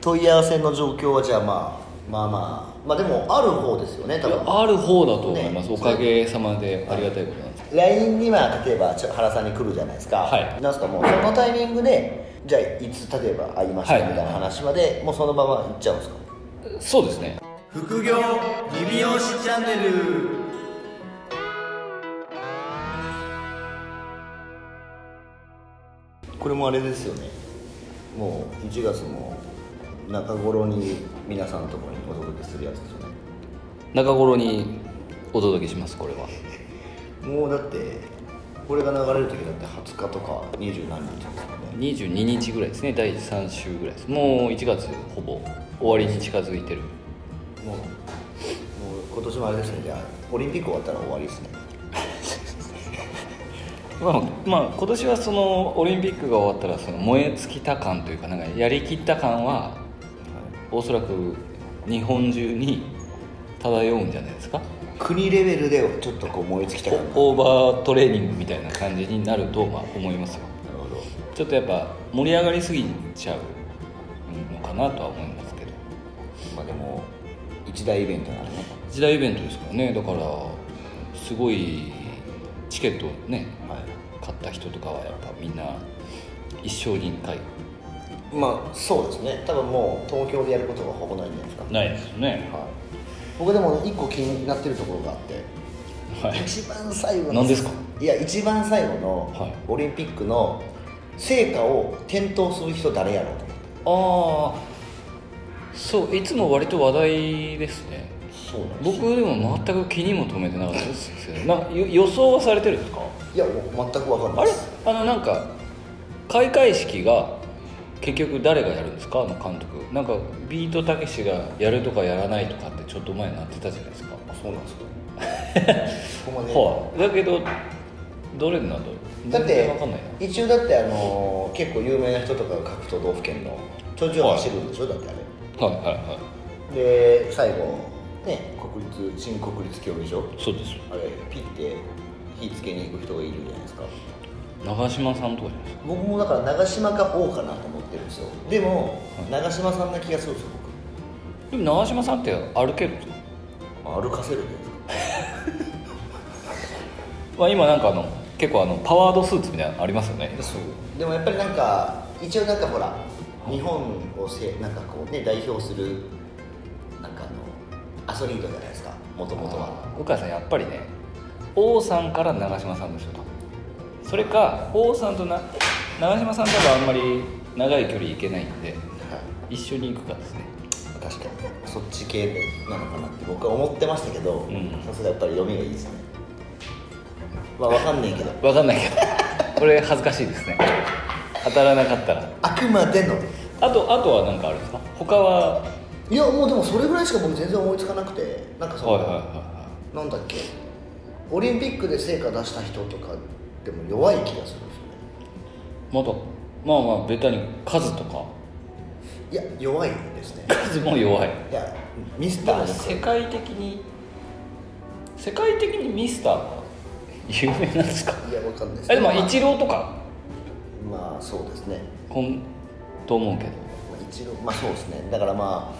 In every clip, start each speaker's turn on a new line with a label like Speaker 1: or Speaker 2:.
Speaker 1: 問い合わせの状況はじゃあまあまあまあまあでもある方ですよね多分
Speaker 2: ある方だと思います、
Speaker 1: ね
Speaker 2: おかげさまでありがたいことなんです
Speaker 1: LINE には例えばちょ原さんに来るじゃないですか、
Speaker 2: はい
Speaker 1: なんすかもうそのタイミングでじゃあいつ例えば会いましたみたいな話まで、もうそのまま行っちゃうんですか
Speaker 2: けどそうですね
Speaker 1: 副業リビオシチャンネルこれもあれですよねもう1月も中頃に皆さんのところにお届けするやつですよね
Speaker 2: 中頃にお届けしますこれは
Speaker 1: もうだってこれが流れる時だって20日とか二十何日ですよね
Speaker 2: 22日ぐらいですね第3週ぐらいですもう1月ほぼ終わりに近づいてる
Speaker 1: もうもう今年もあれですねじゃあオリンピック終わったら終わりですね
Speaker 2: まあ、まあ、今年はそのオリンピックが終わったらその燃え尽きた感というかなんかやりきった感はおそらく日本中に漂うんじゃないですか
Speaker 1: 国レベルでちょっとこう燃え尽きた感が
Speaker 2: オーバートレーニングみたいな感じになるとまあ思いますよ
Speaker 1: なるほど
Speaker 2: ちょっとやっぱ盛り上がりすぎちゃうのかなとは思いますけど
Speaker 1: まあでも一大イベントなのね
Speaker 2: 一大イベントですからねだからすごいチケットをね
Speaker 1: はい
Speaker 2: 買った人とかはやっぱみんな一生に一回
Speaker 1: まあそうですね多分もう東京でやることがほぼないんじゃないですか、
Speaker 2: ないですよね
Speaker 1: はい、僕でも一個気になってるところがあって
Speaker 2: はい
Speaker 1: 一番最後の
Speaker 2: 何ですか
Speaker 1: いや一番最後
Speaker 2: はい
Speaker 1: のオリンピックの成果を転倒する人誰やろうと思って
Speaker 2: ああそういつも割と話題ですね
Speaker 1: そうなん
Speaker 2: 僕でも全く気にも留めてなかったですけどなよ予想はされてるんですか
Speaker 1: いやもう全く分かんな
Speaker 2: あ
Speaker 1: い
Speaker 2: れ
Speaker 1: です
Speaker 2: あのなんか開会式が結局誰がやるんですかあの監督なんかビートたけしがやるとかやらないとかってちょっと前になってたじゃないですか
Speaker 1: あそうなんです かそこまで
Speaker 2: はいだけどどれなんだろう
Speaker 1: だっ
Speaker 2: 全然
Speaker 1: て
Speaker 2: わかんないな
Speaker 1: 一応だってあのー結構有名な人とかが各都道府県の頂上を走るんでしょ、だってあれ
Speaker 2: はいはいは
Speaker 1: で最後ね国立新国立競技場
Speaker 2: いそうです
Speaker 1: あれピッて火つけに行く人がいるじゃないですか
Speaker 2: 長嶋さんとかじゃないですか
Speaker 1: 僕もだから長島か王かなと思ってるんですよでも、長島さんな気がするんですよ
Speaker 2: でも長嶋さんって歩けるんですか
Speaker 1: 僕歩かせるんですか
Speaker 2: まあ、今なんかあの結構あのパワードスーツみたいなのありますよね
Speaker 1: そうでもやっぱりなんか一応なんかほら日本をせなんかこうね代表するなんかあのアスリートじゃないですかもともとは
Speaker 2: あー鵜飼さんやっぱりね王さんから長嶋さんですよ多分それか王さんとな長嶋さんとかあんまり長い距離行けないんで一緒に行くかですね
Speaker 1: 確かにそっち系なのかなって僕は思ってましたけど
Speaker 2: ん
Speaker 1: さすがやっぱり読みがいいですねまあわかんないけ ど
Speaker 2: 分かんないけどこれ恥ずかしいですね当たらなかったら
Speaker 1: あくまでの
Speaker 2: あとあとは何かあるんですか他はい
Speaker 1: やもうでもそれぐらいしか僕全然思いつかなくてなんか
Speaker 2: はい
Speaker 1: そ
Speaker 2: は
Speaker 1: の、
Speaker 2: いは
Speaker 1: なんだっけオリンピックで成果出した人とかでも弱い気がするんで
Speaker 2: いまたまあまあベタに数とか
Speaker 1: すよねいや弱いですね
Speaker 2: 数も弱い
Speaker 1: いやミス
Speaker 2: で
Speaker 1: タ
Speaker 2: も
Speaker 1: ー
Speaker 2: 世界的に世界的にミスターは有名なんですか
Speaker 1: いやわかんないです
Speaker 2: えでも
Speaker 1: まあ
Speaker 2: イチローとか
Speaker 1: まあそうですね、
Speaker 2: こんと思うけど
Speaker 1: まあ、一度まあそうですねだからまあ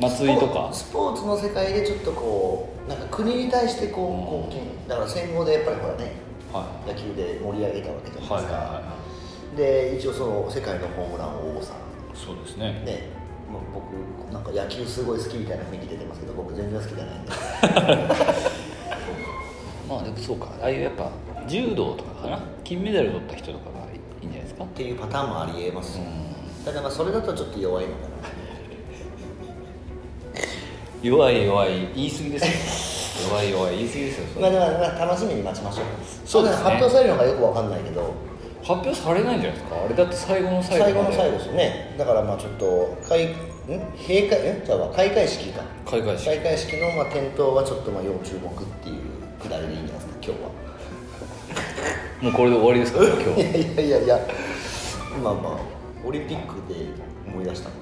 Speaker 2: 松井とか
Speaker 1: スポーツの世界でちょっとこうなんか国に対してこう貢献だから戦後でやっぱりほらね
Speaker 2: は
Speaker 1: 野球で盛り上げたわけじゃないですか、
Speaker 2: はいはいは
Speaker 1: で一応その世界のホームラン王さん
Speaker 2: いそうですね
Speaker 1: ね、まあ、僕なんか野球すごい好きみたいな雰囲気出てますけど僕全然好きじゃない んで
Speaker 2: まあでもそうかああいうやっぱ柔道とかかな金メダル取った人とかがいいんじゃないですか
Speaker 1: っていうパターンもありえますよだからまあそれだとちょっと弱いのかな
Speaker 2: 弱い弱い言い過ぎです よ弱い弱い言い過ぎですよそ
Speaker 1: まあ
Speaker 2: れ
Speaker 1: でもまあ楽しみに待ちましょう
Speaker 2: そうですね
Speaker 1: まあ発表されるのがよくわかんないけど
Speaker 2: 発表されないんじゃないですかあれだって最後の最後
Speaker 1: 最後の
Speaker 2: まで
Speaker 1: 最後ですよねだからまあちょっと開ん閉会えじゃあ開会式か
Speaker 2: 開会式
Speaker 1: 開会式のまあ点灯はちょっとまあ要注目っていうくだりでいいんじゃないですか今日
Speaker 2: もうこれで終わりです から今
Speaker 1: は
Speaker 2: 日
Speaker 1: いやいやいやまあまあオリンピックで思い出したの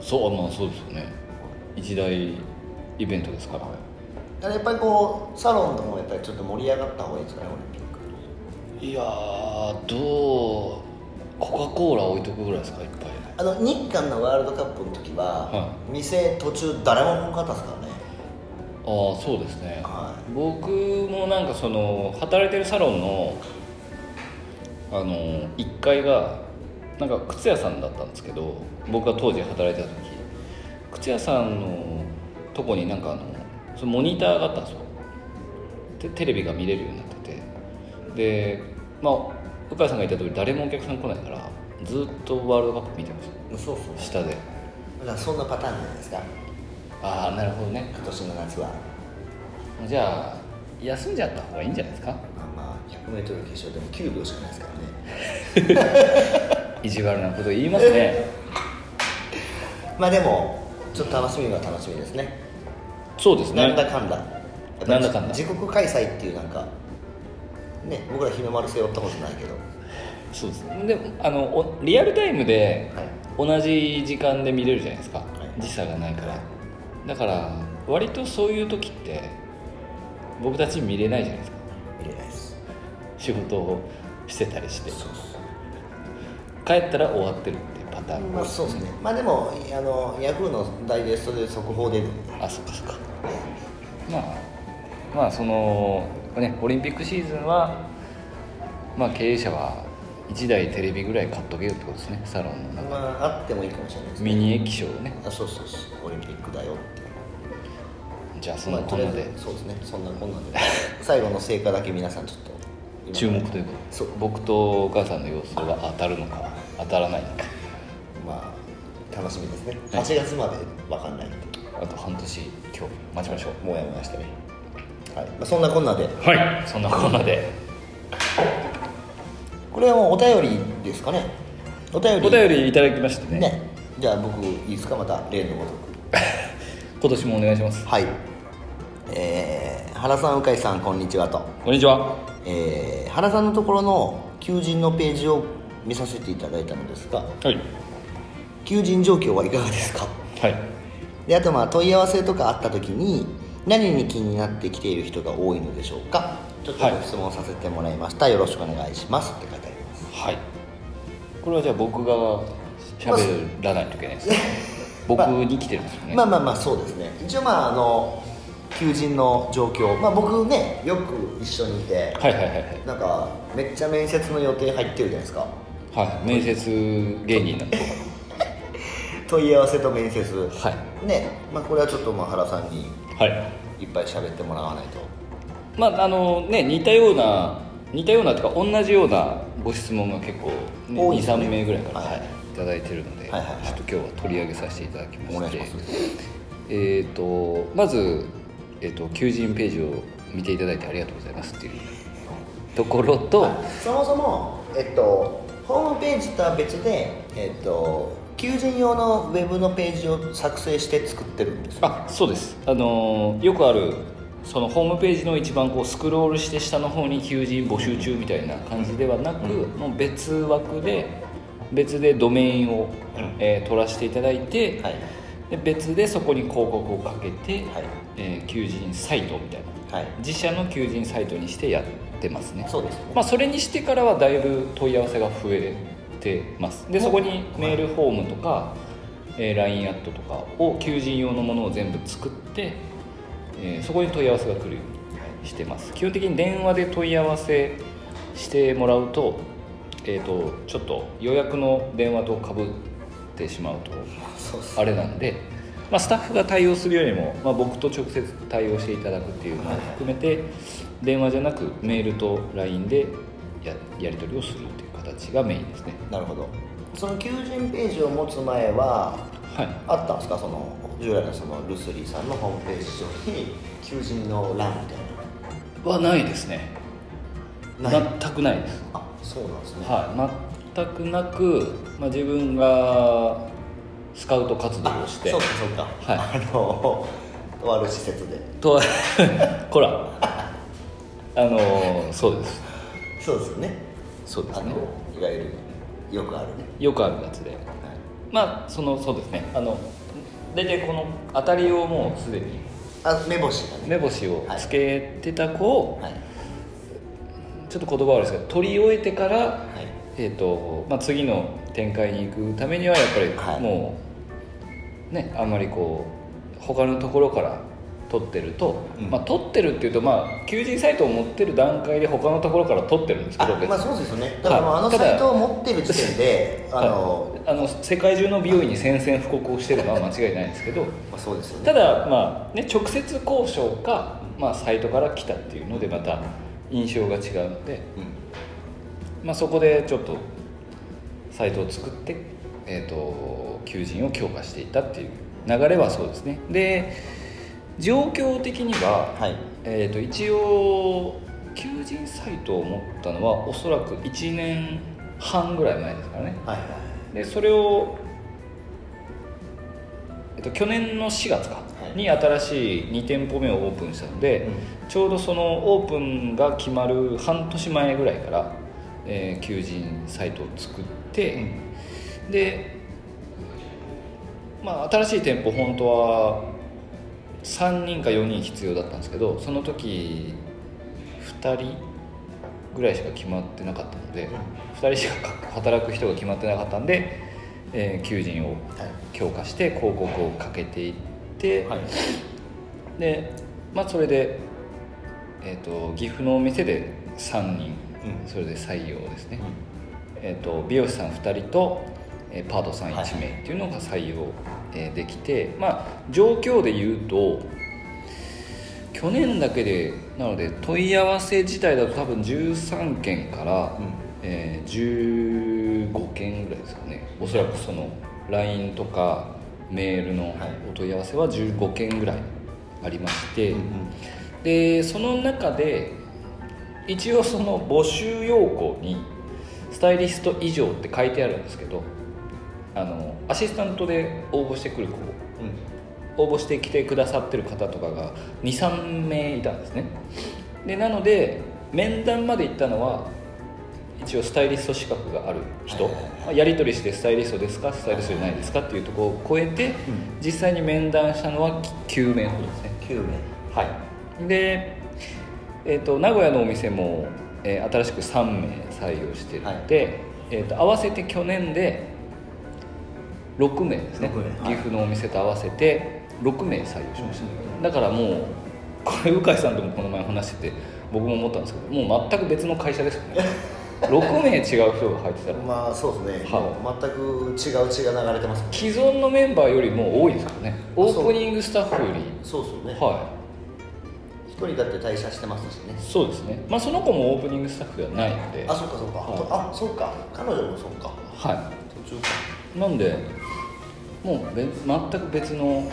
Speaker 2: そうまあそうですよね一大イベントですから、
Speaker 1: でだからやっぱりこうサロンでもやっぱりちょっと盛り上がった方がいいですかねオリンピック
Speaker 2: いやーどうコカ・コーラ置いとくぐらいですかいっぱい
Speaker 1: あの日韓のワールドカップの時は、
Speaker 2: は
Speaker 1: 店途中誰も来なかったですからね
Speaker 2: ああそうですね、
Speaker 1: は
Speaker 2: 僕もなんかその働いてるサロンのあの1階がなんか靴屋さんだったんですけど僕が当時働いてた時靴屋さんのとこになんかあのそのモニターがあったんですよでテレビが見れるようになっててでまあ鵜飼さんが言った通り誰もお客さん来ないからずっとワールドカップ見てまし
Speaker 1: そうそう
Speaker 2: た下で
Speaker 1: だからそんなパターンじゃないですか
Speaker 2: ああなるほどね
Speaker 1: 今年の夏は
Speaker 2: じゃあ休んじゃった方がいいんじゃないですか
Speaker 1: まあまあ 100m 決勝でも9秒しかないですからね
Speaker 2: 意地悪なこと言いま すね
Speaker 1: まあでもちょっと楽しみは楽しみですね
Speaker 2: そうです
Speaker 1: なん
Speaker 2: ね
Speaker 1: だかんだやっぱり
Speaker 2: なんだかんだ
Speaker 1: 自国開催っていうなんかね僕ら日の丸背負ったことないけど
Speaker 2: そうですねでもあのおリアルタイムで
Speaker 1: はい
Speaker 2: 同じ時間で見れるじゃないですか、
Speaker 1: い
Speaker 2: 時差がないからだから割とそういう時って僕たち見れないじゃないですか
Speaker 1: 見れないです
Speaker 2: 仕事をしてたりして
Speaker 1: そうっす
Speaker 2: 帰ったら終わってるっていうパターン、
Speaker 1: まあそうですねまあでもあのヤフーのダイジェストで速報出るんで
Speaker 2: あそっかそっかまあまあそのねオリンピックシーズンはまあ経営者は1台テレビぐらい買っとけよってことですねサロンの中
Speaker 1: まああってもいいかもしれないですね
Speaker 2: ミニ液晶をね
Speaker 1: あそうそうそうオリンピックだよって
Speaker 2: じゃあそ
Speaker 1: ま
Speaker 2: の
Speaker 1: あ
Speaker 2: こと
Speaker 1: りあえず
Speaker 2: で
Speaker 1: そうですねそんなこんなんで最後の成果だけ皆さんちょっと今
Speaker 2: 注目ということで
Speaker 1: そう
Speaker 2: 僕とお母さんの様子が当たるのか当たらないのか
Speaker 1: まあ楽しみですね
Speaker 2: はい
Speaker 1: 8月まで分かんないって
Speaker 2: あと半年今日待ちましょう
Speaker 1: もやもやしてねはい、まあ、そんなこんなで
Speaker 2: はいそんなこんなで
Speaker 1: これはもうお便りですかねお便り
Speaker 2: お便りいただきましてね
Speaker 1: ねじゃあ僕いいですかまた例のごとく
Speaker 2: 今年もお願いします
Speaker 1: はいえー、原さん鵜飼さんこんにちはと、
Speaker 2: こんにちは
Speaker 1: えー、原さんのところの求人のページを見させていただいたのですが
Speaker 2: はい
Speaker 1: 求人状況はいかがですか
Speaker 2: はい
Speaker 1: であとまあ問い合わせとかあった時に何に気になってきている人が多いのでしょうかちょっと
Speaker 2: はい
Speaker 1: ご質問させてもらいました、よろしくお願いしますって書いてあります
Speaker 2: はいこれはじゃあ僕が喋らないといけないですね僕に来てるんですよね、
Speaker 1: まあまあまあそうですね一応まああの求人の状況まあ僕ねよく一緒にいて
Speaker 2: はいはいはいはい
Speaker 1: なんかめっちゃ面接の予定入ってるじゃないですか
Speaker 2: はい面接芸人なんで
Speaker 1: 問い合わせと面接
Speaker 2: は
Speaker 1: ねまあこれはちょっとまあ原さんに
Speaker 2: いはい
Speaker 1: いっぱい喋ってもらわないと
Speaker 2: まああのね、似たような似たようなとか同じようなご質問が結構、ね
Speaker 1: 多いですね
Speaker 2: 23名ぐらいから、
Speaker 1: はい
Speaker 2: いただいてるので、
Speaker 1: はいはいはい
Speaker 2: ちょっと今日は取り上げさせていただきまして
Speaker 1: お願いします
Speaker 2: えー、とまず、えー、と求人ページを見ていただいてありがとうございますっていうところと、
Speaker 1: そもそも、えっと、ホームページとは別で、えっと、求人用のウェブのページを作成して作ってるんですよ
Speaker 2: あそうです、あのーよくあるそのホームページの一番こうスクロールして下の方に求人募集中みたいな感じではなく、もう別枠で別でドメインを、えー取らせていただいて、
Speaker 1: はい
Speaker 2: で別でそこに広告をかけて、
Speaker 1: はい
Speaker 2: えー求人サイトみたいな
Speaker 1: はい
Speaker 2: 自社の求人サイトにしてやってますね
Speaker 1: そうですね
Speaker 2: まあ、それにしてからはだいぶ問い合わせが増えてますでそこにメールフォームとか、えー LINE アットとかを求人用のものを全部作って、えーそこに問い合わせが来るようにしてます基本的に電話で問い合わせしてもらうと,、えー、とちょっと予約の電話とかぶってしまうと
Speaker 1: そうです
Speaker 2: あれなんで、まあ、スタッフが対応するよりも、まあ、僕と直接対応していただくっていうのも含めて電話じゃなくメールと LINE でややり取りをするっていう形がメインですね
Speaker 1: なるほどその求人ページを持つ前は
Speaker 2: はい
Speaker 1: あったんですかその従来のそのルスリーさんのホームページ上に求人の欄みたい
Speaker 2: はないですね
Speaker 1: なない
Speaker 2: 全くないです
Speaker 1: あそうなんですね
Speaker 2: はい全くなく、まあ、自分がスカウト活動をして
Speaker 1: そうかそうか
Speaker 2: は
Speaker 1: あの とある施設で
Speaker 2: と こらあのそうです
Speaker 1: そうですよね
Speaker 2: そうです
Speaker 1: あ
Speaker 2: ね
Speaker 1: のいわゆるよくあるね
Speaker 2: よくあるやつで
Speaker 1: はい
Speaker 2: まあそのそうですねあの大体この当たりをもうすでに
Speaker 1: あ目星だね
Speaker 2: 目星をつけてた子を
Speaker 1: はい
Speaker 2: ちょっと言葉悪いですけど取り終えてから
Speaker 1: はい
Speaker 2: えーとまあ、次の展開に行くためにはやっぱ
Speaker 1: はい
Speaker 2: りもう、ねあんまりこう他のところから取ってると、
Speaker 1: うん
Speaker 2: まあ、取ってるっていうと、まあ、求人サイトを持ってる段階で他のところから取ってるんですけ
Speaker 1: あ
Speaker 2: ど別に
Speaker 1: まあそうですよねだからもう
Speaker 2: はい
Speaker 1: あの
Speaker 2: ただ
Speaker 1: サイトを持ってる時点であの、
Speaker 2: あの世界中の美容院に宣戦布告をしてるのは間違いないんですけど
Speaker 1: まあ、そうですよね
Speaker 2: ただまあね直接交渉か、まあ、サイトから来たっていうのでまた印象が違うので、
Speaker 1: うん
Speaker 2: まあ、そこでちょっとサイトを作って、えー、と求人を強化していったっていう流れはそうですねで状況的には、
Speaker 1: はい
Speaker 2: えー、と一応求人サイトを持ったのはおそらく1年半ぐらい前ですからね
Speaker 1: はい
Speaker 2: でそれを、えっと、去年の4月か、
Speaker 1: はい
Speaker 2: に新しい2店舗目をオープンしたので、
Speaker 1: う
Speaker 2: ちょうどそのオープンが決まる半年前ぐらいから、えー求人サイトを作って、で、まあ、新しい店舗本当は3人か4人必要だったんですけどその時2人ぐらいしか決まってなかったので、
Speaker 1: うん
Speaker 2: 2人しか働く人が決まってなかったんで、えー求人を
Speaker 1: はい
Speaker 2: 強化して広告をかけていって、
Speaker 1: はい
Speaker 2: で、まあ、それで、えー、と岐阜のお店で3人、
Speaker 1: うん
Speaker 2: それで採用ですね、えー、と美容師さん2人と、えーパートさん1名っていうのが採用、えーできてまあ状況で言うと去年だけでなので問い合わせ自体だと多分13件から、
Speaker 1: うん
Speaker 2: えー15件ぐらいですかねおそらくその LINE とかメールの
Speaker 1: はい
Speaker 2: お問い合わせは15件ぐらいありまして、
Speaker 1: うんうん
Speaker 2: でその中で一応その募集要項にスタイリスト以上って書いてあるんですけどあのアシスタントで応募してくる子応募してきてくださってる方とかが23名いたんですねでなので面談まで行ったのは一応スタイリスト資格がある人
Speaker 1: はいはいはい
Speaker 2: まあやり取りしてスタイリストですかスタイリストじゃないですかっていうところを超えて実際に面談したのは9名ほどですね
Speaker 1: 9名
Speaker 2: はい、で、えー、と名古屋のお店も、えー新しく3名採用してるので、えー、と合わせて去年で6名ですね
Speaker 1: 六名はい
Speaker 2: 岐阜のお店と合わせて6名採用しました、だからもうこれ鵜飼さんともこの前話してて僕も思ったんですけどもう全く別の会社ですよ ね6名違う人が入ってたら
Speaker 1: まあそうですね、
Speaker 2: は
Speaker 1: 全く違う血が流れてますもんね
Speaker 2: 既存のメンバーよりも多いですからねオープニングスタッフより
Speaker 1: そうですよね
Speaker 2: はい
Speaker 1: 一人だって退社してますしね
Speaker 2: そうですね、まあ、その子もオープニングスタッフではないので
Speaker 1: あそうかそうか、
Speaker 2: は
Speaker 1: あそうか彼女もそうか
Speaker 2: は
Speaker 1: 途中か
Speaker 2: いなんでもうべ全く別の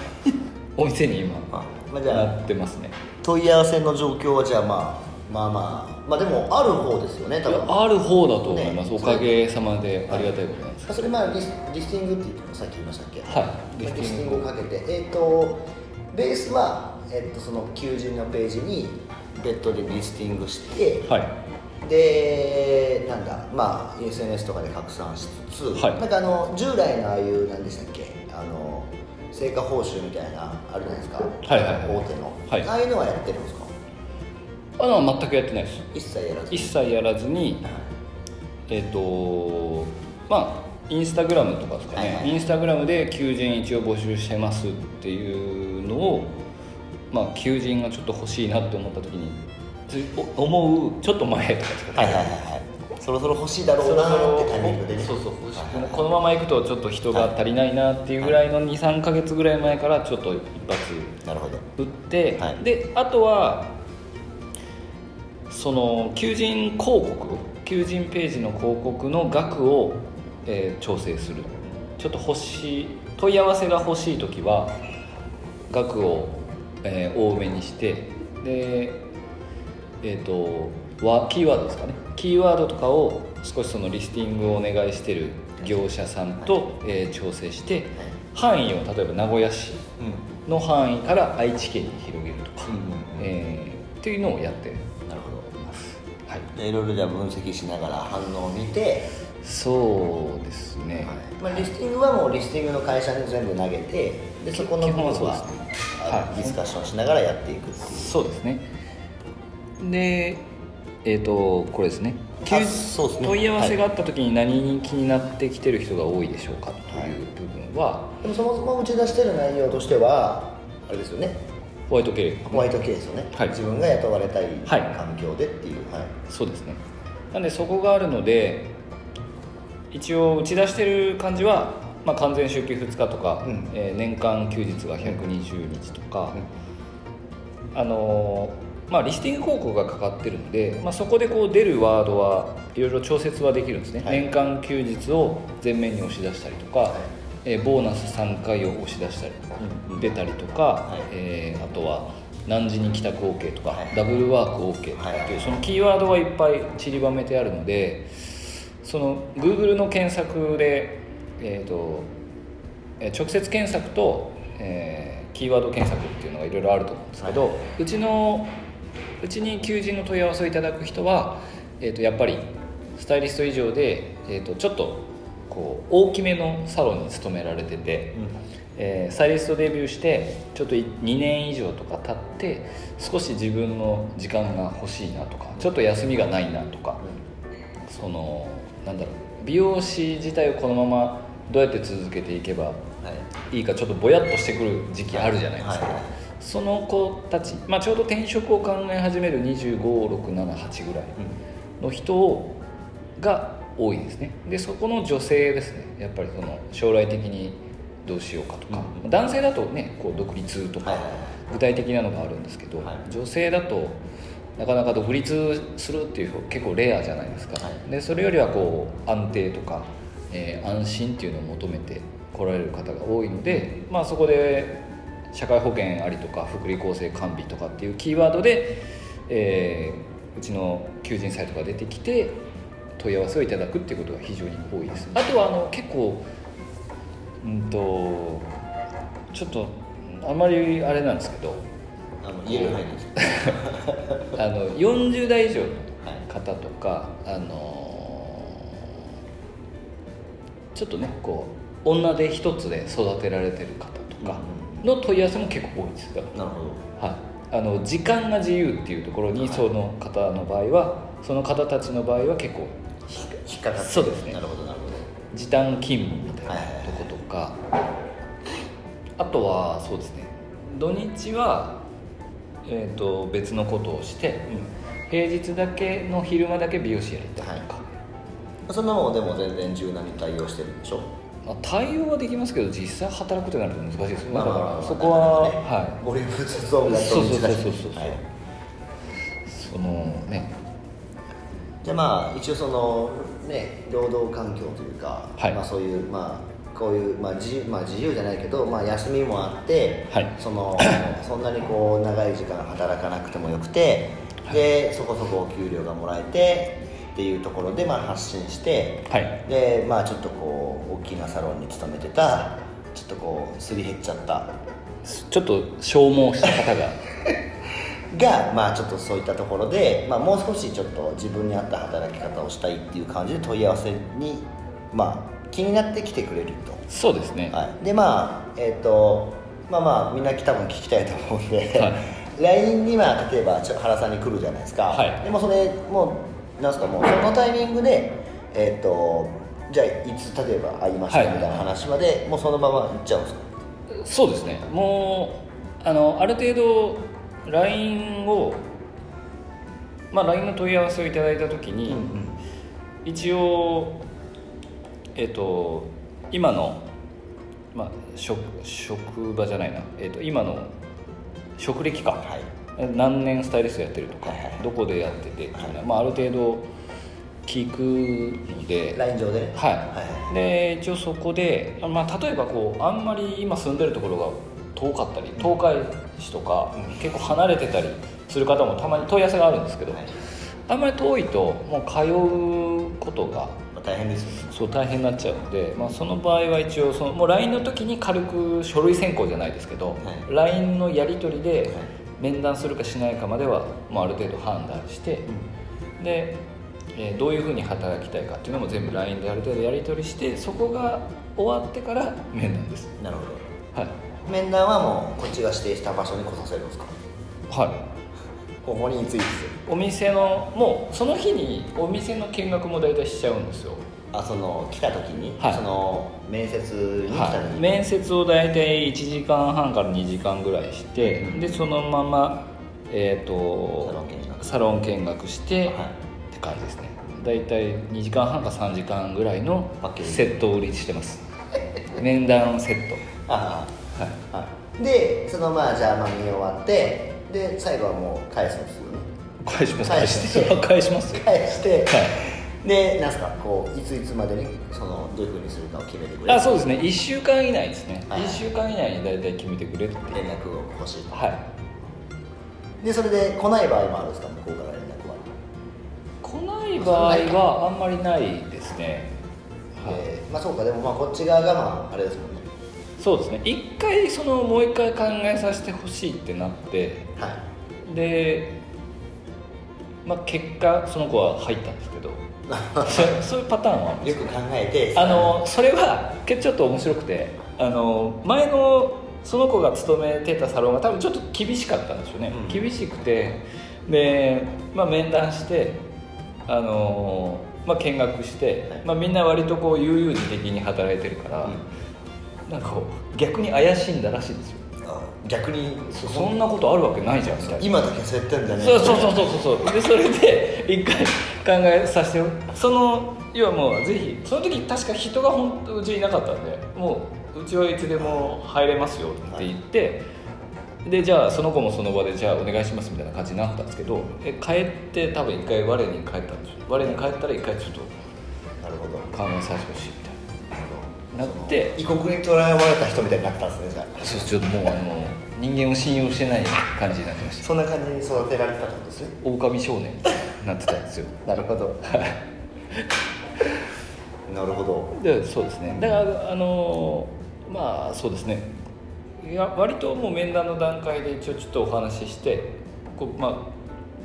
Speaker 2: お店に今
Speaker 1: あまあじゃあ
Speaker 2: なってますね
Speaker 1: 問い合わせの状況はじゃあまあまあまあまあでもある方ですよね
Speaker 2: い
Speaker 1: 多分
Speaker 2: やある方だと思います、
Speaker 1: ね
Speaker 2: おかげさまでありがたいことなんです
Speaker 1: それまあリスリスティングって言ってさっき言いましたっけ
Speaker 2: はい
Speaker 1: リスティングをかけてえっ、とベースは、えっとその求人のページに別途でリスティングして、
Speaker 2: はい
Speaker 1: でなんだまあ SNS とかで拡散しつつ、
Speaker 2: はい
Speaker 1: なんかあの従来のああいう何でしたっけあの成果報酬みたいなあるじゃないですか、
Speaker 2: いはいはい
Speaker 1: 大手の、
Speaker 2: はい
Speaker 1: ああいうのはやってるんですか
Speaker 2: あのは全くやってないです
Speaker 1: 一切やらず
Speaker 2: 一切やらずにえっ、とまあインスタグラムとかですかね、
Speaker 1: はいはい
Speaker 2: インスタグラムで求人一応募集してますっていうのをまあ求人がちょっと欲しいなって思った時につお思うちょっと前とかですか
Speaker 1: は
Speaker 2: ね
Speaker 1: いはいはいはいそろそろ欲しいだろうなーってタイミングでね
Speaker 2: そうそう欲しい
Speaker 1: はいはいはい
Speaker 2: このまま行くとちょっと人が足りないなっていうぐらいの23か月ぐらい前からちょっと一発
Speaker 1: なるほど
Speaker 2: 打って、
Speaker 1: はい
Speaker 2: であとはその求人広告求人ページの広告の額を、えー調整するちょっと欲しい問い合わせが欲しい時は額を、えー多めにしてでえっ、とわキーワードですかねキーワードとかを少しそのリスティングをお願いしてる業者さんと、えー調整して範囲を例えば名古屋市
Speaker 1: うん
Speaker 2: の範囲から愛知県に広げるとか、
Speaker 1: うんうん
Speaker 2: えーっていうのをやって
Speaker 1: なるほど
Speaker 2: ます、はい、
Speaker 1: でいろいろじゃあ分析しながら反応を見て、
Speaker 2: そうですね、
Speaker 1: まあ、リスティングはもうリスティングの会社に全部投げてでそこの
Speaker 2: 基
Speaker 1: 部分
Speaker 2: 本は
Speaker 1: は
Speaker 2: そうですね
Speaker 1: あの
Speaker 2: はい
Speaker 1: ディスカッションしながらやっていくっていう
Speaker 2: そうですねでえっ、とこれですね
Speaker 1: あ
Speaker 2: 休
Speaker 1: そうですね
Speaker 2: 問い合わせがあった時に何に気になってきてる人が多いでしょうかという部分は
Speaker 1: でもそもそも打ち出してる内容としてはあれですよね
Speaker 2: ホワイトケー
Speaker 1: ホワイト系ですよね、
Speaker 2: はい
Speaker 1: 自分が雇われたい
Speaker 2: はい
Speaker 1: 環境でっていう、はい
Speaker 2: そうですねなんでそこがあるので一応打ち出してる感じは、まあ、完全週休2日とか、
Speaker 1: うん
Speaker 2: えー年間休日が120日とか、あのーまあ、リスティング広告がかかってるので、まあ、そこでこう出るワードはいろいろ調節はできるんですね、
Speaker 1: はい
Speaker 2: 年間休日を前面に押し出したりとか、
Speaker 1: はい
Speaker 2: えーボーナス3回を押し出したり、
Speaker 1: うん
Speaker 2: 出たりとか、
Speaker 1: い
Speaker 2: えーあとは何時に帰宅 OK とか、
Speaker 1: はい
Speaker 2: ダブルワーク OK とかっていう、そのキーワードがいっぱい散りばめてあるのでその Google の検索で、えー、とえー直接検索と、えーキーワード検索っていうのがいろいろあると思うんですけど、うちのうちに求人の問い合わせをいただく人は、えー、とやっぱりスタイリスト以上で、えー、とちょっとこう大きめのサロンに勤められてて、えースタイリストデビューしてちょっとい2年以上とか経って少し自分の時間が欲しいなとかちょっと休みがないなとか。そのなんだろう美容師自体をこのままどうやって続けていけば
Speaker 1: はい
Speaker 2: いいかちょっとぼやっとしてくる時期あるじゃないですか、
Speaker 1: はい
Speaker 2: その子たち、まあ、ちょうど転職を考え始める25678ぐらいの人をが多いですねでそこの女性ですねやっぱりその将来的にどうしようかとか、
Speaker 1: うん
Speaker 2: 男性だとねこう独立とか、
Speaker 1: はいはいはい
Speaker 2: 具体的なのがあるんですけど、
Speaker 1: はい
Speaker 2: 女性だとなかなか独立するっていう人結構レアじゃないですか、
Speaker 1: はい
Speaker 2: でそれよりはこう安定とか、えー安心っていうのを求めて来られる方が多いので、まあ、そこで社会保険ありとか福利厚生完備とかっていうキーワードで、えーうちの求人サイトが出てきて問い合わせをいただくっていうことが非常に多いですあとはあの結構うんとちょっとあまりあれなんですけど
Speaker 1: あの言える範囲です
Speaker 2: あの40代以上の
Speaker 1: はい
Speaker 2: 方とか、あのーちょっとねこう女手一つで育てられてる方とかの問い合わせも結構多いんですよ、
Speaker 1: なるほど
Speaker 2: はい、あの時間が自由っていうところにその方の場合はその方たちの場合は結構
Speaker 1: 引っかかって
Speaker 2: そうですね
Speaker 1: なるほどなるほど
Speaker 2: 時短勤務みたいなとことか、あとはそうですね土日は、えー、と別のことをして、平日だけの昼間だけ美容師やりたいとか、
Speaker 1: そんなもんでも全然柔軟に対応してるんでしょ
Speaker 2: まあ、対応はできますけど実際働くとなると難しいですよねだからそこ
Speaker 1: な
Speaker 2: は、
Speaker 1: かなかね
Speaker 2: は
Speaker 1: ボリュームズゾーンが
Speaker 2: そうそうそ
Speaker 1: 飛び
Speaker 2: うそう
Speaker 1: 散らしてるはい
Speaker 2: いそのね
Speaker 1: じゃあまあ一応そのね労働環境というか、
Speaker 2: はい
Speaker 1: まあ、そういうまあこういう、まあ自由まあ、自由じゃないけど、まあ、休みもあって、
Speaker 2: はい
Speaker 1: そ のそんなにこう長い時間働かなくてもよくてでそこそこお給料がもらえてっていうところで、まあ、発信して、
Speaker 2: はい
Speaker 1: でまあちょっとこう大きなサロンに勤めてたちょっとこうすり減っちゃった
Speaker 2: ちょっと消耗した 方が
Speaker 1: がまあちょっとそういったところで、まあ、もう少しちょっと自分に合った働き方をしたいっていう感じで問い合わせにまあ気になってきてくれる
Speaker 2: そうですね
Speaker 1: と、はい、でまあえっ、とまあまあみんな多分聞きたいと思うんで、
Speaker 2: は
Speaker 1: LINE には例えばちょ原さんに来るじゃないですか、
Speaker 2: はい
Speaker 1: でもそれもうなんすかもうそのタイミングでえっ、とじゃあいつ例えば会いましたみ
Speaker 2: はい
Speaker 1: たいな話まで、もうそのまま行っちゃうんですか
Speaker 2: そうですねもうあのある程度 LINE を、まあ、LINE の問い合わせをいただいた時に、一応えっ、と今の、まあ、職職場じゃないな、えっと今の職歴か、
Speaker 1: はい
Speaker 2: 何年スタイリストやってるとか、
Speaker 1: はいはい
Speaker 2: どこでやっててっていうのは、
Speaker 1: は
Speaker 2: まあ、ある程度聞くので
Speaker 1: LINE 上でね
Speaker 2: はい、
Speaker 1: は
Speaker 2: で一応そこで、まあ、例えばこうあんまり今住んでるところが遠かったり東海市とか、
Speaker 1: うん
Speaker 2: 結構離れてたりする方もたまに問い合わせがあるんですけど、
Speaker 1: はい
Speaker 2: あんまり遠いともう通うことが
Speaker 1: まあ大変ですよね
Speaker 2: そう大変になっちゃうので、まあ、その場合は一応そのもう LINE の時に軽く書類選考じゃないですけど、LINE のやり取りで面談するかしないかまではもうある程度判断して、で、えーどういうふうに働きたいかっていうのも全部 LINE である程度やり取りしてそこが終わってから面談です、
Speaker 1: なるほど
Speaker 2: はい
Speaker 1: 面談はもうこっちが指定した場所に来させるんですか
Speaker 2: は
Speaker 1: ほんまにいついつ
Speaker 2: お店のもうその日にお店の見学も大体しちゃうんですよ、
Speaker 1: あその来た時に、
Speaker 2: はい
Speaker 1: その面接に来た時
Speaker 2: はい、
Speaker 1: に、
Speaker 2: 面接を大体1時間半から2時間ぐらいして、
Speaker 1: うん
Speaker 2: でそのままえっ、
Speaker 1: サロ
Speaker 2: と
Speaker 1: ン見学
Speaker 2: サロン見学し
Speaker 1: は
Speaker 2: て、
Speaker 1: い
Speaker 2: って感じですね大体2時間半か3時間ぐらいの
Speaker 1: パッケージ
Speaker 2: セットを売りしてます 面談セット
Speaker 1: あ
Speaker 2: はい
Speaker 1: あはいでそのまあじゃあまあ見終わってで最後はもう返すんですよね
Speaker 2: 返します
Speaker 1: 返
Speaker 2: 返
Speaker 1: し
Speaker 2: しててそれは返しますよ
Speaker 1: 返して、
Speaker 2: は
Speaker 1: でなんすかこういついつまでにそのどういうふうにするかを決めてくれる
Speaker 2: あそうですね1週間以内ですね、
Speaker 1: はい
Speaker 2: 1週間以内に大体決めてくれって
Speaker 1: 連絡を欲しいと
Speaker 2: はい
Speaker 1: でそれで来ない場合もあるんですか向こうから連絡は、
Speaker 2: 来ない場合はあんまりないですね、はい、
Speaker 1: でまあそうかでもまあこっち側がまああれですもんね
Speaker 2: そうですね一回そのもう一回考えさせてほしいってなって
Speaker 1: はい
Speaker 2: で、まあ、結果その子は入ったんです けどそそういうパターンはあるんで
Speaker 1: よ
Speaker 2: す
Speaker 1: く考えて
Speaker 2: あのそれはけちょっと面白くてあの前のその子が勤めてたサロンが多分ちょっと厳しかったんでしょうね、
Speaker 1: うん
Speaker 2: 厳しくてで、まあ、面談してあの、まあ、見学して、
Speaker 1: はい
Speaker 2: まあ、みんな割とこう悠々自適に働いてるから、なんかこう逆に怪しいんだらしいですよ
Speaker 1: あ逆にそ
Speaker 2: そんなことあるわけないじゃんみたいな
Speaker 1: 今だけそうやってんだね
Speaker 2: そうそうそうそうそうそうでそれで一回考えさせてその要はもうぜひその時確か人が本当うちいなかったんでもううちはいつでも入れますよって言って、でじゃあその子もその場でじゃあお願いしますみたいな感じになったんですけどえ帰って多分一回我に返ったんですよ我に帰ったら一回ちょっと
Speaker 1: なるほど
Speaker 2: 考えさせてほしいみた
Speaker 1: な
Speaker 2: いな
Speaker 1: る
Speaker 2: な
Speaker 1: ほど
Speaker 2: って
Speaker 1: 異国に捕らえられた人みたいになったんですねじゃあ
Speaker 2: そうちょっともうあの人間を信用してない感じになってました
Speaker 1: そんな感じに育てられてたってことですね
Speaker 2: 狼少年に なってたんですよ
Speaker 1: なるほどなるほど
Speaker 2: でそうですねだからあのーまあそうですねいや割ともう面談の段階で一応ちょっとお話ししてこ,、まあ、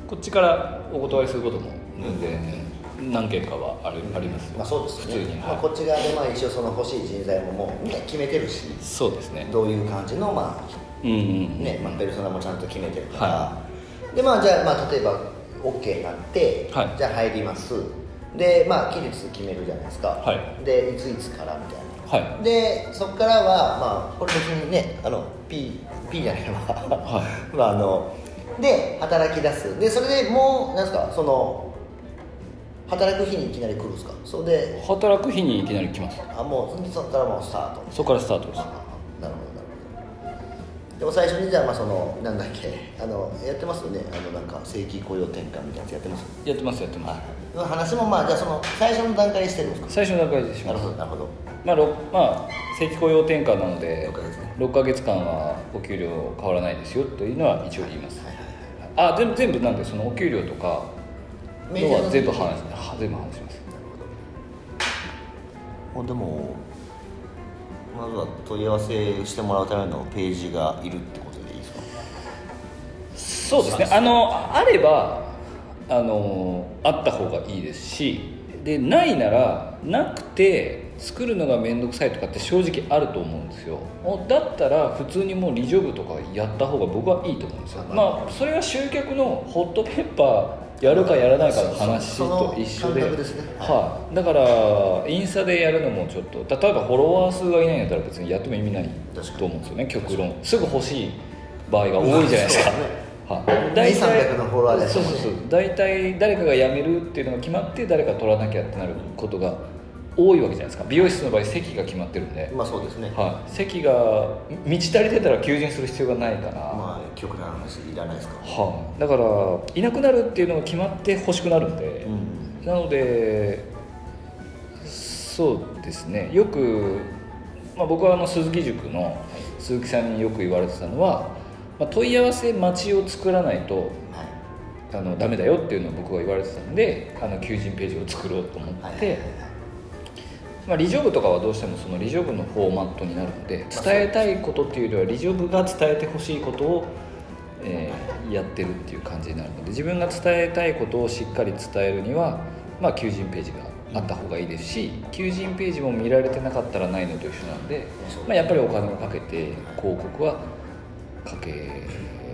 Speaker 2: こっちからお断りすることも全然何件かはあるありますよ
Speaker 1: まあそうですよ
Speaker 2: 普
Speaker 1: ね
Speaker 2: 通に、
Speaker 1: まあ、
Speaker 2: は
Speaker 1: こっち側でまあ一応その欲しい人材ももうみんな決めてるし
Speaker 2: い、そうですね
Speaker 1: どういう感じのまあ
Speaker 2: うんうん
Speaker 1: ね、まあ、ペルソナもちゃんと決めてるから、
Speaker 2: は
Speaker 1: でまあじゃあ、まあ、例えば OK になって、
Speaker 2: はい
Speaker 1: じゃあ入りますでまあ期日決めるじゃないですか、
Speaker 2: は
Speaker 1: でいついつからみたいな
Speaker 2: は
Speaker 1: でそこからはまあこれ別にねあの P, P じゃないわ、
Speaker 2: は
Speaker 1: まああので働き出すでそれでもうなんですかその働く日にいきなり来るんですかそれ
Speaker 2: い
Speaker 1: で
Speaker 2: 働く日にいきなり来ます
Speaker 1: あもうそこからもうスタート
Speaker 2: そこからスタートです
Speaker 1: あなるほどなるほどでも最初にじゃあまあそのなんだっけあのやってますよねあのなんか正規雇用転換みたいなやつやってます
Speaker 2: やってますやってます
Speaker 1: の話もまあじゃあその最初の段階にしてるんです
Speaker 2: 最初の段階でし
Speaker 1: かな
Speaker 2: ま
Speaker 1: る
Speaker 2: す
Speaker 1: ほどなるほど
Speaker 2: まあ、ろまあ正規雇用転換なので
Speaker 1: 6ヶ月ね
Speaker 2: 6ヶ月間はお給料変わらないですよというのは一応言います
Speaker 1: はいはいはい
Speaker 2: あ全部全部なんでそのお給料とかのは全部話
Speaker 1: なる
Speaker 2: は全部話します
Speaker 1: ほどでもまずは問い合わせしてもらうためのページがいるってことでいいですか
Speaker 2: そうですねあのあればあのあった方がいいですしでないならなくて作るのが面倒くさいとかって正直あると思うんですよもうだったら普通にもうリジョブとかやった方が僕はいいと思うんですよまあそれは集客のホットペッパーやるかやらないかの話と一緒で
Speaker 1: そその感覚ですね
Speaker 2: はい、だからインスタでやるのもちょっと例えばフォロワー数がいないんだったら別にやっても意味ない
Speaker 1: 確かに
Speaker 2: と思うんですよね極論すぐ欲しい場合が多いじゃないですか
Speaker 1: そうですね
Speaker 2: はい、
Speaker 1: 200 300のフォロワーです
Speaker 2: そ
Speaker 1: ね
Speaker 2: うそうそう大体誰かが辞めるっていうのが決まって誰か取らなきゃってなることが多いわけじゃないですか美容室の場合席が決まってるんで、
Speaker 1: まあそうですね、
Speaker 2: はい、席が満ち足りてたら求人する必要がないから、
Speaker 1: まあ極端な話いらないですか
Speaker 2: はいだからいなくなるっていうのが決まって欲しくなるんで、
Speaker 1: ん
Speaker 2: なのでそうですねよく、まあ、僕はあの鈴木塾の鈴木さんによく言われてたのは、まあ、問い合わせ待ちを作らないと
Speaker 1: はい
Speaker 2: あのダメだよっていうのを僕は言われてたんであの求人ページを作ろうと思って、
Speaker 1: はいはいはいはい
Speaker 2: まあ、リジョブとかはどうしてもそのリジョブのフォーマットになるので伝えたいことっていうよりはリジョブが伝えてほしいことを、えーやってるっていう感じになるので自分が伝えたいことをしっかり伝えるには、まあ、求人ページがあった方がいいですし求人ページも見られてなかったらないのと一緒なんで、まあ、やっぱりお金をかけて広告はかけ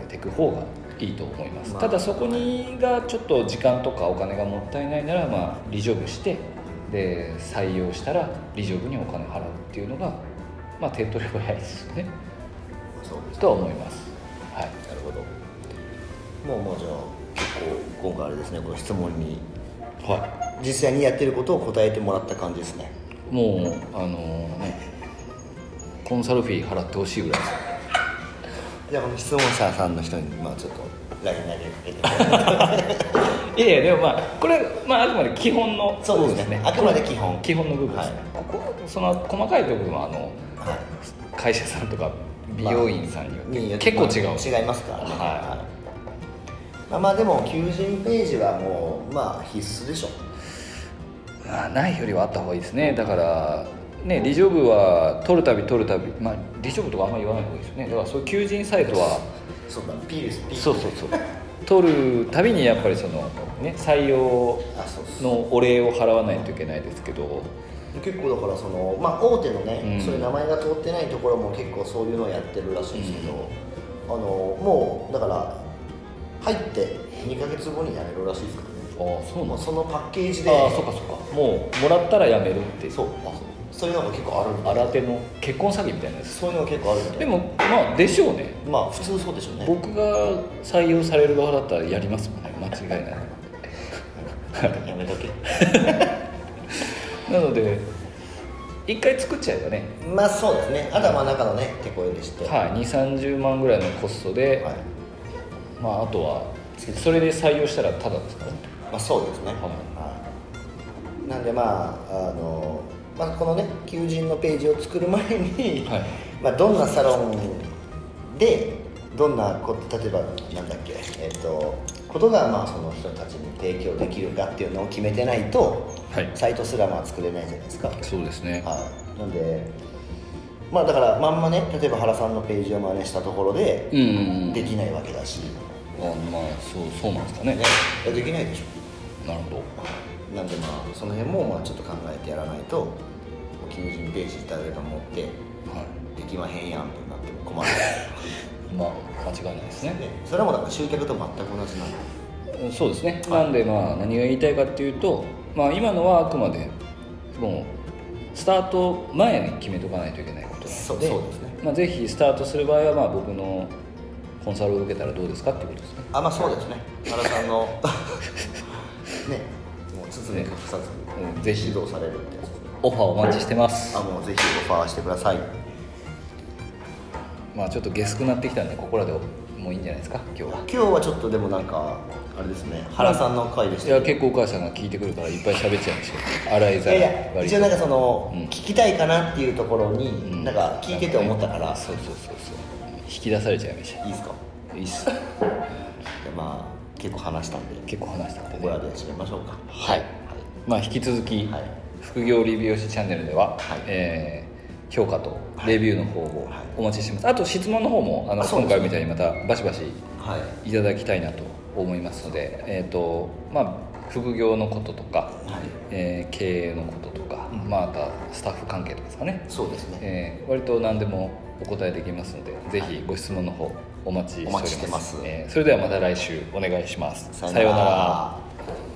Speaker 2: ていく方がいいと思います、
Speaker 1: まあ
Speaker 2: ただそこにがちょっと時間とかお金がもったいないならまあリジョブしてで採用したらリジョブにお金払うっていうのがまあ手っ取り早いですよね
Speaker 1: そうです
Speaker 2: とは思いますはい
Speaker 1: なるほどもうもうじゃあ結構今回あれですねこの質問に
Speaker 2: は
Speaker 1: 実際にやってることを答えてもらった感じですね
Speaker 2: いもうあのねコンサルフィー払ってほしいぐらいです
Speaker 1: じゃあこの質問者さんの人にまあちょっと LINE 投げて
Speaker 2: いやいやでもまあこれ、まあ、あくまで基本の
Speaker 1: そうですねあくまで基本
Speaker 2: 基本の部分です
Speaker 1: は
Speaker 2: ね、
Speaker 1: い
Speaker 2: ここその細かい部分はあの
Speaker 1: は
Speaker 2: 会社さんとか美容院さんによっ
Speaker 1: いによ
Speaker 2: て
Speaker 1: って
Speaker 2: 結構違う、
Speaker 1: 違いますからね
Speaker 2: はい
Speaker 1: いまあまあでも90ページはもうまあ必須でしょ
Speaker 2: まあないよりはあった方がいいですねだからねリジョブは取るたび取るたびまあリジョブとかあんまり言わない方がいいですよねだからそういう求人サイトは
Speaker 1: そうだピールスピール
Speaker 2: そうそうそう取るたびにやっぱりそのね採用
Speaker 1: あそうそう
Speaker 2: のお礼を払わないといけないですけど
Speaker 1: 結構だからその、まあ、大手のね、
Speaker 2: うん
Speaker 1: そういう名前が通ってないところも結構そういうのをやってるらしいんですけど、あのもうだから入って2ヶ月後に辞めるらしいですからね
Speaker 2: ああそ
Speaker 1: も
Speaker 2: うなん
Speaker 1: う
Speaker 2: です
Speaker 1: そのパッケージで
Speaker 2: ああそっかそっかもうもらったらやめるって
Speaker 1: そう
Speaker 2: あ
Speaker 1: そういうのが結構あるんで
Speaker 2: 新手の結婚詐欺みたいなやつ
Speaker 1: そういうのが結構あるんで
Speaker 2: でもまあでしょうね
Speaker 1: まあ普通そうでしょうね
Speaker 2: 僕が採用される側だったらやりますもんね間違いな い
Speaker 1: やめとけ
Speaker 2: なので一回作っちゃえばね、
Speaker 1: まあそうですねあとはまあ中のね手こ入れして
Speaker 2: はい、2 3 0万ぐらいのコストで、
Speaker 1: はい
Speaker 2: まあ、あとはそれで採用したらただですからね
Speaker 1: まあ、そうですね、
Speaker 2: い
Speaker 1: はい、なんでまああの、まあ、このね求人のページを作る前に、
Speaker 2: はい
Speaker 1: まあ、どんなサロンでどんなこと例えばなんだっけえっ、とことがまあその人たちに提供できるかっていうのを決めてないと、
Speaker 2: はい
Speaker 1: サイトすらまあ作れないじゃないですか
Speaker 2: そうですね
Speaker 1: はい、なんでまあだからまんまね例えば原さんのページを真似したところで
Speaker 2: うんうんうん
Speaker 1: できないわけだし、
Speaker 2: あまあそうそうなんですかね
Speaker 1: ね、いやできないでしょ
Speaker 2: なるほど
Speaker 1: なんでまあその辺もまあちょっと考えてやらないと求人ページ誰が持って
Speaker 2: は
Speaker 1: できまへんやんってなっても困 る
Speaker 2: いまあ間違いないですね
Speaker 1: ねそれはもうだから集客と全く同じなんで
Speaker 2: うんそうですね、なんでまあ何が言いたいかっていうと、まあ、今のはあくまでもうスタート前に決めとかないといけないことな
Speaker 1: そう
Speaker 2: ので
Speaker 1: そうですね
Speaker 2: まあ、ぜひスタートする場合はまあ僕のコンサルを受けたらどうですかっていうことですね
Speaker 1: あまあそうですね原さんの ねもう包み隠さ
Speaker 2: うん
Speaker 1: ず
Speaker 2: ぜひ
Speaker 1: 指導されるってやつですね
Speaker 2: オファーお待ちしてます
Speaker 1: あもうぜひオファーしてください
Speaker 2: まあちょっとゲスくなってきたんでここらでもういいんじゃないですか今日は
Speaker 1: 今日はちょっとでもなんかあれですね原さんの回でし
Speaker 2: い
Speaker 1: たね
Speaker 2: や結構お母さんが聞いてくるからいっぱい喋っちゃいましたよ洗い
Speaker 1: い
Speaker 2: ざらい
Speaker 1: やいや一応なんかその、聞きたいかなっていうところに、
Speaker 2: うん
Speaker 1: なんか聞いてて思ったから、
Speaker 2: なんねそうそうそうそう引き出されちゃいまし
Speaker 1: いいですか
Speaker 2: たいいっす
Speaker 1: でまあ結構話したんで
Speaker 2: 結構話したんで
Speaker 1: こ
Speaker 2: ね
Speaker 1: こらで締めましょうか
Speaker 2: はい、まあ、引き続き、
Speaker 1: はい
Speaker 2: 副業理美容師チャンネルで
Speaker 1: は
Speaker 2: は、
Speaker 1: い
Speaker 2: えー評価とレビューの方を
Speaker 1: はい
Speaker 2: お待ちしてます、あと質問の方もあの
Speaker 1: あそうで
Speaker 2: 今
Speaker 1: すね
Speaker 2: 回みたいにまたバシバシ
Speaker 1: はい
Speaker 2: いただきたいなと思いますので、えーとまあ、副業のこととか、
Speaker 1: はい
Speaker 2: えー経営のこととか、
Speaker 1: うん
Speaker 2: まあ、あとはスタッフ関係とかですかね、
Speaker 1: そうですね、
Speaker 2: えー割と何でもお答えできますのでぜひご質問の方お待ちしており
Speaker 1: お
Speaker 2: ます
Speaker 1: 待ちしてます
Speaker 2: えーそれではまた来週お願いします
Speaker 1: さようなら